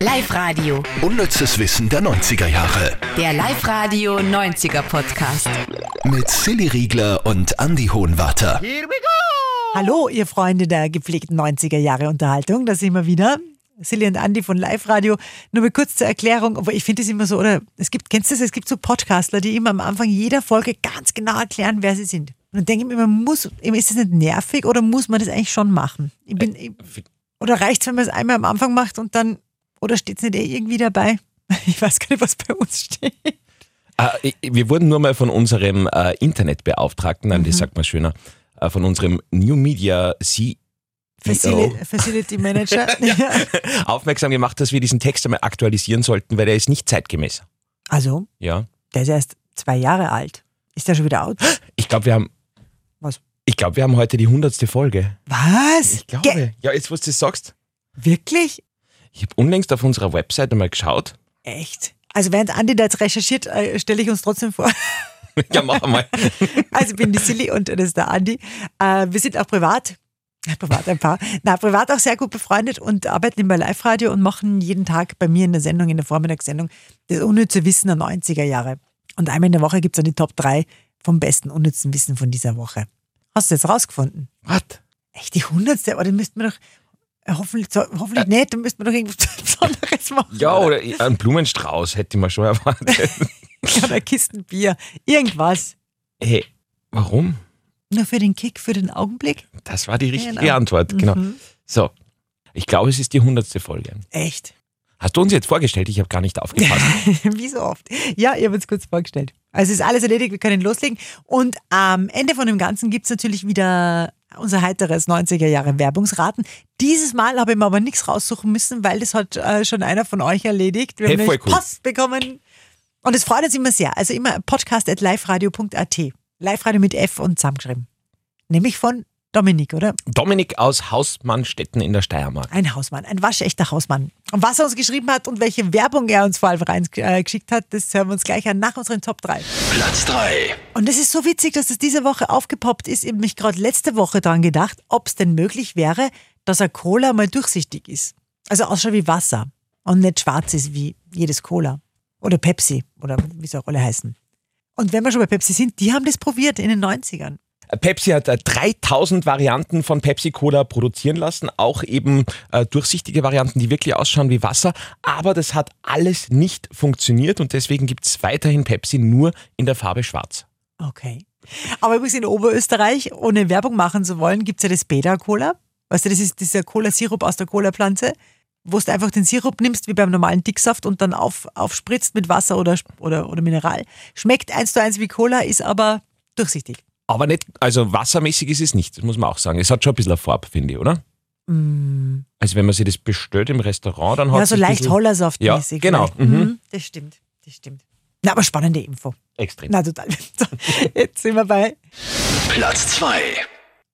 Live-Radio. Unnützes Wissen der 90er Jahre. Der Live-Radio 90er Podcast. Mit Silly Riegler und Andy Hohenwarter. Hallo, ihr Freunde der gepflegten 90er Jahre Unterhaltung, da sind wir wieder. Silly und Andi von Live Radio. Nur mal kurz zur Erklärung, aber ich finde es immer so, oder es gibt, kennst du das, es gibt so Podcastler, die immer am Anfang jeder Folge ganz genau erklären, wer sie sind. Und dann denke ich mir immer, muss, ist das nicht nervig oder muss man das eigentlich schon machen? Ich bin, ich, oder reicht es, wenn man es einmal am Anfang macht und dann, oder steht es nicht eh irgendwie dabei? Ich weiß gar nicht, was bei uns steht. Äh, wir wurden nur mal von unserem äh, Internetbeauftragten, nein, das sagt man schöner, äh, von unserem New Media CEO Facility, Facility Manager. ja. aufmerksam gemacht, dass wir diesen Text einmal aktualisieren sollten, weil der ist nicht zeitgemäß. Also, Ja. der ist erst zwei Jahre alt. Ist der schon wieder out? Ich glaube, wir haben. Was? Ich glaube, wir haben heute die hundertste Folge. Was? Ich glaube. Ge- Ja, jetzt, was du sagst. Wirklich? Ich habe unlängst auf unserer Website einmal geschaut. Echt? Also während Andi da jetzt recherchiert, äh, stelle ich uns trotzdem vor. ja, mach mal. Also ich bin die Silly und das ist der Andi. Äh, wir sind auch privat, privat ein paar, na privat auch sehr gut befreundet und arbeiten immer Live-Radio und machen jeden Tag bei mir in der Sendung, in der Vormittagssendung, das unnütze Wissen der 90er Jahre. Und einmal in der Woche gibt es dann die Top 3 vom besten unnützen Wissen von dieser Woche. Hast du jetzt rausgefunden? What? Echt, die hundertste? Aber dann müssten wir doch, äh, hoffentlich, so- hoffentlich nicht, dann müssten wir doch irgendwas Besonderes machen. Ja, oder äh, einen Blumenstrauß hätte ich mal schon erwartet. Oder Kisten Bier, irgendwas. hey, warum? Nur für den Kick, für den Augenblick? Das war die richtige Genau. Antwort, genau. Mhm. So, ich glaube, es ist die hundertste Folge. Echt? Hast du uns jetzt vorgestellt? Ich habe gar nicht aufgepasst. Wie so oft. Ja, ihr habt es kurz vorgestellt. Also es ist alles erledigt, wir können loslegen. Und am Ende von dem Ganzen gibt es natürlich wieder unser heiteres 90er Jahre Werbungsraten. Dieses Mal habe ich mir aber nichts raussuchen müssen, weil das hat äh, schon einer von euch erledigt. Wir Hey, haben voll nämlich cool. Post bekommen. Und es freut uns immer sehr. Also immer podcast.liveradio.at. Live-Radio mit F und zusammengeschrieben. Nämlich von Dominik, oder? Dominik aus Hausmannstetten in der Steiermark. Ein Hausmann, ein waschechter Hausmann. Und was er uns geschrieben hat und welche Werbung er uns vor allem reingeschickt hat, das hören wir uns gleich an nach unseren Top 3. Platz 3. Und es ist so witzig, dass es diese Woche aufgepoppt ist. Ich habe mich gerade letzte Woche dran gedacht, ob es denn möglich wäre, dass ein Cola mal durchsichtig ist. Also ausschaut wie Wasser und nicht schwarz ist wie jedes Cola. Oder Pepsi oder wie sie auch alle heißen. Und wenn wir schon bei Pepsi sind, die haben das probiert in den 90ern. Pepsi hat äh, 3000 Varianten von Pepsi Cola produzieren lassen, auch eben äh, durchsichtige Varianten, die wirklich ausschauen wie Wasser. Aber das hat alles nicht funktioniert und deswegen gibt es weiterhin Pepsi nur in der Farbe Schwarz. Okay. Aber übrigens in Oberösterreich, ohne Werbung machen zu wollen, gibt es ja das Beda-Cola. Weißt du, das ist dieser Cola-Sirup aus der Cola-Pflanze, wo du einfach den Sirup nimmst, wie beim normalen Dicksaft und dann auf, aufspritzt mit Wasser oder, oder, oder Mineral. Schmeckt eins zu eins wie Cola, ist aber durchsichtig. Aber nicht, also wassermäßig ist es nicht, das muss man auch sagen. Es hat schon ein bisschen eine Farbe, finde ich, oder? Also wenn man sich das bestellt im Restaurant, dann hat Mm. Ja, es so ein leicht bisschen- Hollersaft-mäßig. Ja, genau. vielleicht. Mhm. Das stimmt, das stimmt. Na, aber spannende Info. Extrem. Na, total. So, Jetzt sind wir bei Platz 2.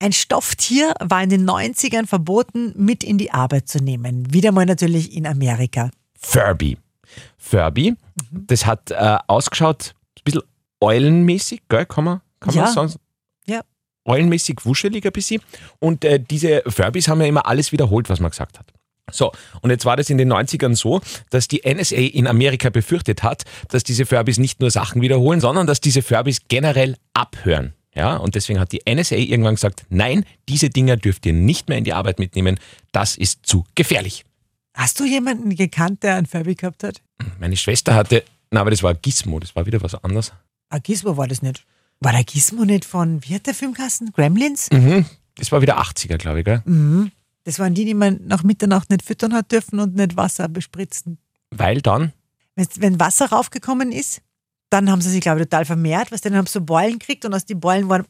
Ein Stofftier war in den 90ern verboten, mit in die Arbeit zu nehmen. Wieder mal natürlich in Amerika. Furby. Furby, Mhm. das hat äh, ausgeschaut, ein bisschen eulenmäßig, gell, kann man, kann Ja. man sagen? Ja. Eulenmäßig, wuschelig ein bisschen. Und äh, diese Furbys haben ja immer alles wiederholt, was man gesagt hat. So, und jetzt war das in den 90ern so, dass die NSA in Amerika befürchtet hat, dass diese Furbys nicht nur Sachen wiederholen, sondern dass diese Furbys generell abhören. Ja, und deswegen hat die NSA irgendwann gesagt, nein, diese Dinger dürft ihr nicht mehr in die Arbeit mitnehmen, das ist zu gefährlich. Hast du jemanden gekannt, der einen Furby gehabt hat? Meine Schwester hatte, na, aber das war Gizmo, das war wieder was anderes. Ah, Gizmo war das nicht. War der Gizmo nicht von, wie hat der Filmkasten? Gremlins? Mhm. Das war wieder 80er, glaube ich, gell? Mhm. Das waren die, die man nach Mitternacht nicht füttern hat dürfen und nicht Wasser bespritzen. Weil dann, Wenn's- Wenn Wasser raufgekommen ist, dann haben sie sich, glaube ich, total vermehrt, weil dann haben sie so Beulen gekriegt und aus den Beulen waren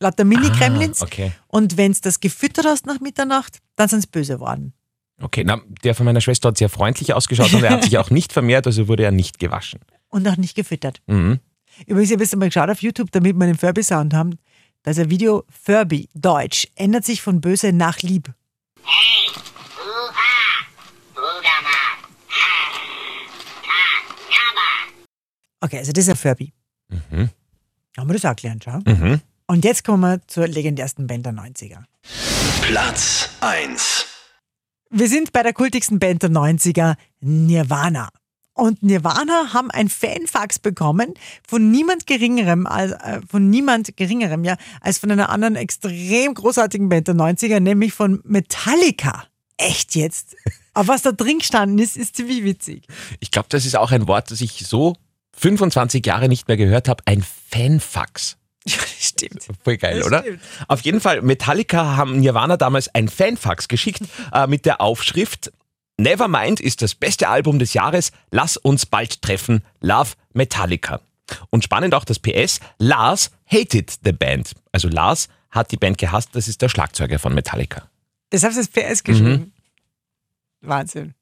lauter Mini-Kremlins. Ah, okay. Und wenn du das gefüttert hast nach Mitternacht, dann sind sie böse geworden. okay, na, der von meiner Schwester hat sehr freundlich ausgeschaut und er hat sich auch nicht vermehrt, also wurde er nicht gewaschen. Und auch nicht gefüttert. Mhm. Übrigens, ich habe jetzt mal geschaut auf YouTube, damit wir den Furby-Sound haben. Da ist ein Video, Furby, Deutsch, ändert sich von böse nach lieb. Okay, also das ist ein Furby. Mhm. Haben wir das auch gelernt, schau. Mhm. Und jetzt kommen wir zur legendärsten Band der 90er. Platz 1. Wir sind bei der kultigsten Band der 90er, Nirvana. Und Nirvana haben ein Fanfax bekommen von niemand geringerem als äh, von niemand geringerem ja als von einer anderen extrem großartigen Band der 90er, nämlich von Metallica. Echt jetzt? Aber was da drin gestanden ist, ist ziemlich witzig. Ich glaube, das ist auch ein Wort, das ich so 25 Jahre nicht mehr gehört habe. Ein Fanfax. Ja, stimmt. Voll geil, Das oder? stimmt. Auf jeden Fall, Metallica haben Nirvana damals ein Fanfax geschickt äh, mit der Aufschrift Nevermind ist das beste Album des Jahres, lass uns bald treffen, Love Metallica. Und spannend auch das PS, Lars hated the band. Also Lars hat die Band gehasst, das ist der Schlagzeuger von Metallica. Das haben sie als PS geschrieben. Mhm. Wahnsinn.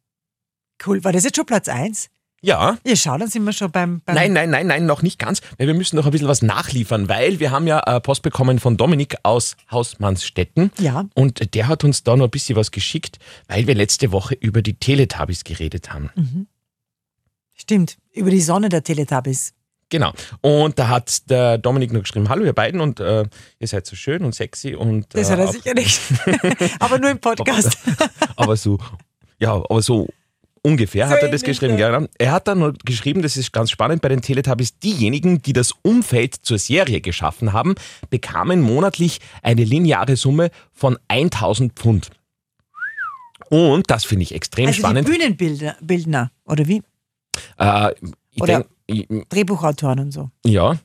Cool. War das jetzt schon Platz 1? Ja, Ja, schau, dann sind wir schon beim. beim Nein, nein, nein, nein, noch nicht ganz, weil wir müssen noch ein bisschen was nachliefern, weil wir haben ja äh, Post bekommen von Dominik aus Hausmannsstetten. Ja. Und der hat uns da noch ein bisschen was geschickt, weil wir letzte Woche über die Teletubbies geredet haben. Mhm. Stimmt. Über die Sonne der Teletubbies. Genau. Und da hat der Dominik nur geschrieben, hallo ihr beiden und äh, ihr seid so schön und sexy und... Das äh, hat er auf- sicher nicht. Aber nur im Podcast. aber so, ja, aber so ungefähr hat So er das ähnlich, geschrieben. Genau. Er hat dann noch geschrieben, das ist ganz spannend bei den Teletubbies, diejenigen, die das Umfeld zur Serie geschaffen haben, bekamen monatlich eine lineare Summe von 1000 Pfund. Und das finde ich extrem Also die spannend. Bühnenbildner Bildner, oder wie? Äh, ich Oder- denk, Drehbuchautoren und so. ja.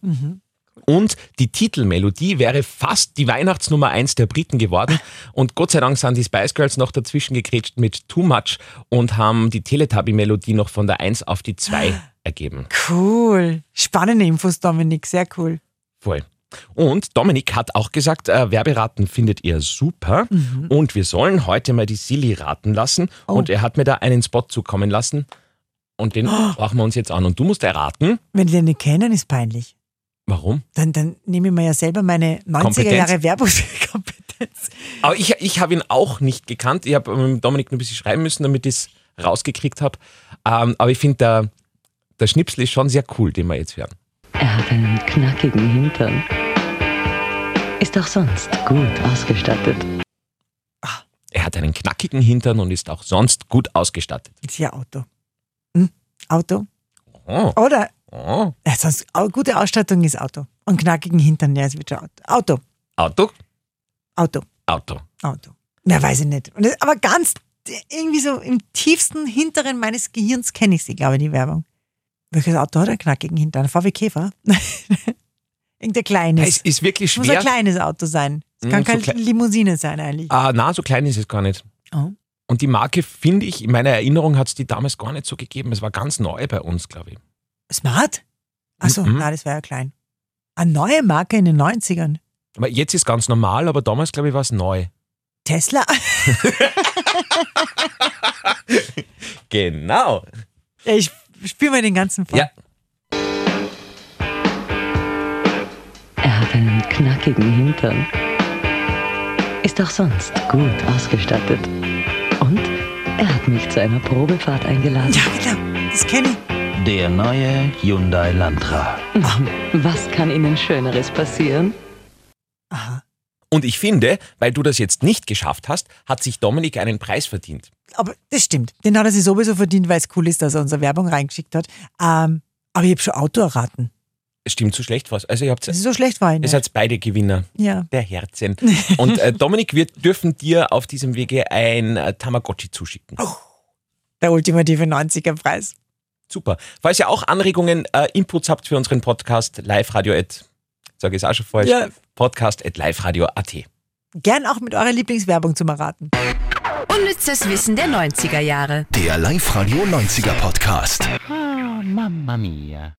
Und die Titelmelodie wäre fast die Weihnachtsnummer 1 der Briten geworden. Und Gott sei Dank sind die Spice Girls noch dazwischen gegrätscht mit Too Much und haben die Teletubby-Melodie noch von der 1 auf die 2 ergeben. Cool. Spannende Infos, Dominik. Sehr cool. Voll. Und Dominik hat auch gesagt, äh, Werberaten findet ihr super. Und wir sollen heute mal die Silly raten lassen. Und er hat mir da einen Spot zukommen lassen. Und den brauchen wir uns jetzt an. Und du musst erraten, Wenn die den nicht kennen, ist peinlich. warum? Dann, dann nehme ich mir ja selber meine 90er Jahre Werbungskompetenz. Aber ich, ich habe ihn auch nicht gekannt. Ich habe ähm, Dominik nur ein bisschen schreiben müssen, damit ich es rausgekriegt habe. Ähm, aber ich finde, der, der Schnipsel ist schon sehr cool, den wir jetzt hören. Er hat einen knackigen Hintern. Ist auch sonst gut ausgestattet. Er hat einen knackigen Hintern und ist auch sonst gut ausgestattet. Ja, Auto. Hm? Auto? Oh, Oder oh. Ja, sonst au- gute Ausstattung ist Auto. Und knackigen Hintern, ja, ist wieder Auto. Auto? Auto, Auto. Auto. Na, weiß ich nicht. Und das, aber ganz d- irgendwie so im tiefsten Hinteren meines Gehirns kenne ich sie, glaube ich, die Werbung. Welches Auto hat einen knackigen Hintern? VW Käfer? Irgendein Es kleines. ist wirklich Es muss ein schwer. kleines Auto sein. Es kann Mm, so keine klein- Limousine sein eigentlich. Ah, na, so klein ist es gar nicht. Oh. Und die Marke, finde ich, in meiner Erinnerung hat es die damals gar nicht so gegeben. Es war ganz neu bei uns, glaube ich. Smart? Achso, Mhm. na, das war ja klein. Eine neue Marke in den 90ern. Aber jetzt ist ganz normal, aber damals, glaube ich, war es neu. Tesla? Genau. Ja, ich spüre mal den ganzen Fall. Ja, Er hat einen knackigen Hintern. Ist auch sonst gut ausgestattet. Und er hat mich zu einer Probefahrt eingeladen. ja genau. Das kenne ich. Der neue Hyundai Lantra. Was kann Ihnen Schöneres passieren? Und ich finde, weil du das jetzt nicht geschafft hast, hat sich Dominik einen Preis verdient. aber das stimmt. Den hat er sich sowieso verdient, weil es cool ist, dass er unsere Werbung reingeschickt hat. Ähm, aber ich habe schon Auto erraten. Es stimmt so schlecht was. Also ihr habt Das ist halt so schlecht war ich es nicht. hat beide Gewinner Ja. der Herzen. Und äh, Dominik, wir dürfen dir auf diesem Wege ein äh, Tamagotchi zuschicken. Der ultimative 90er-Preis. Super. Falls ihr auch Anregungen, äh, Inputs habt für unseren Podcast, live-radio at, sage ich es auch schon falsch, Ja. podcast at liveradio.at. Gern auch mit eurer Lieblingswerbung zum Erraten. Unnützes Wissen der 90er Jahre. Der Live-Radio 90er Podcast. Ah, Mamma mia.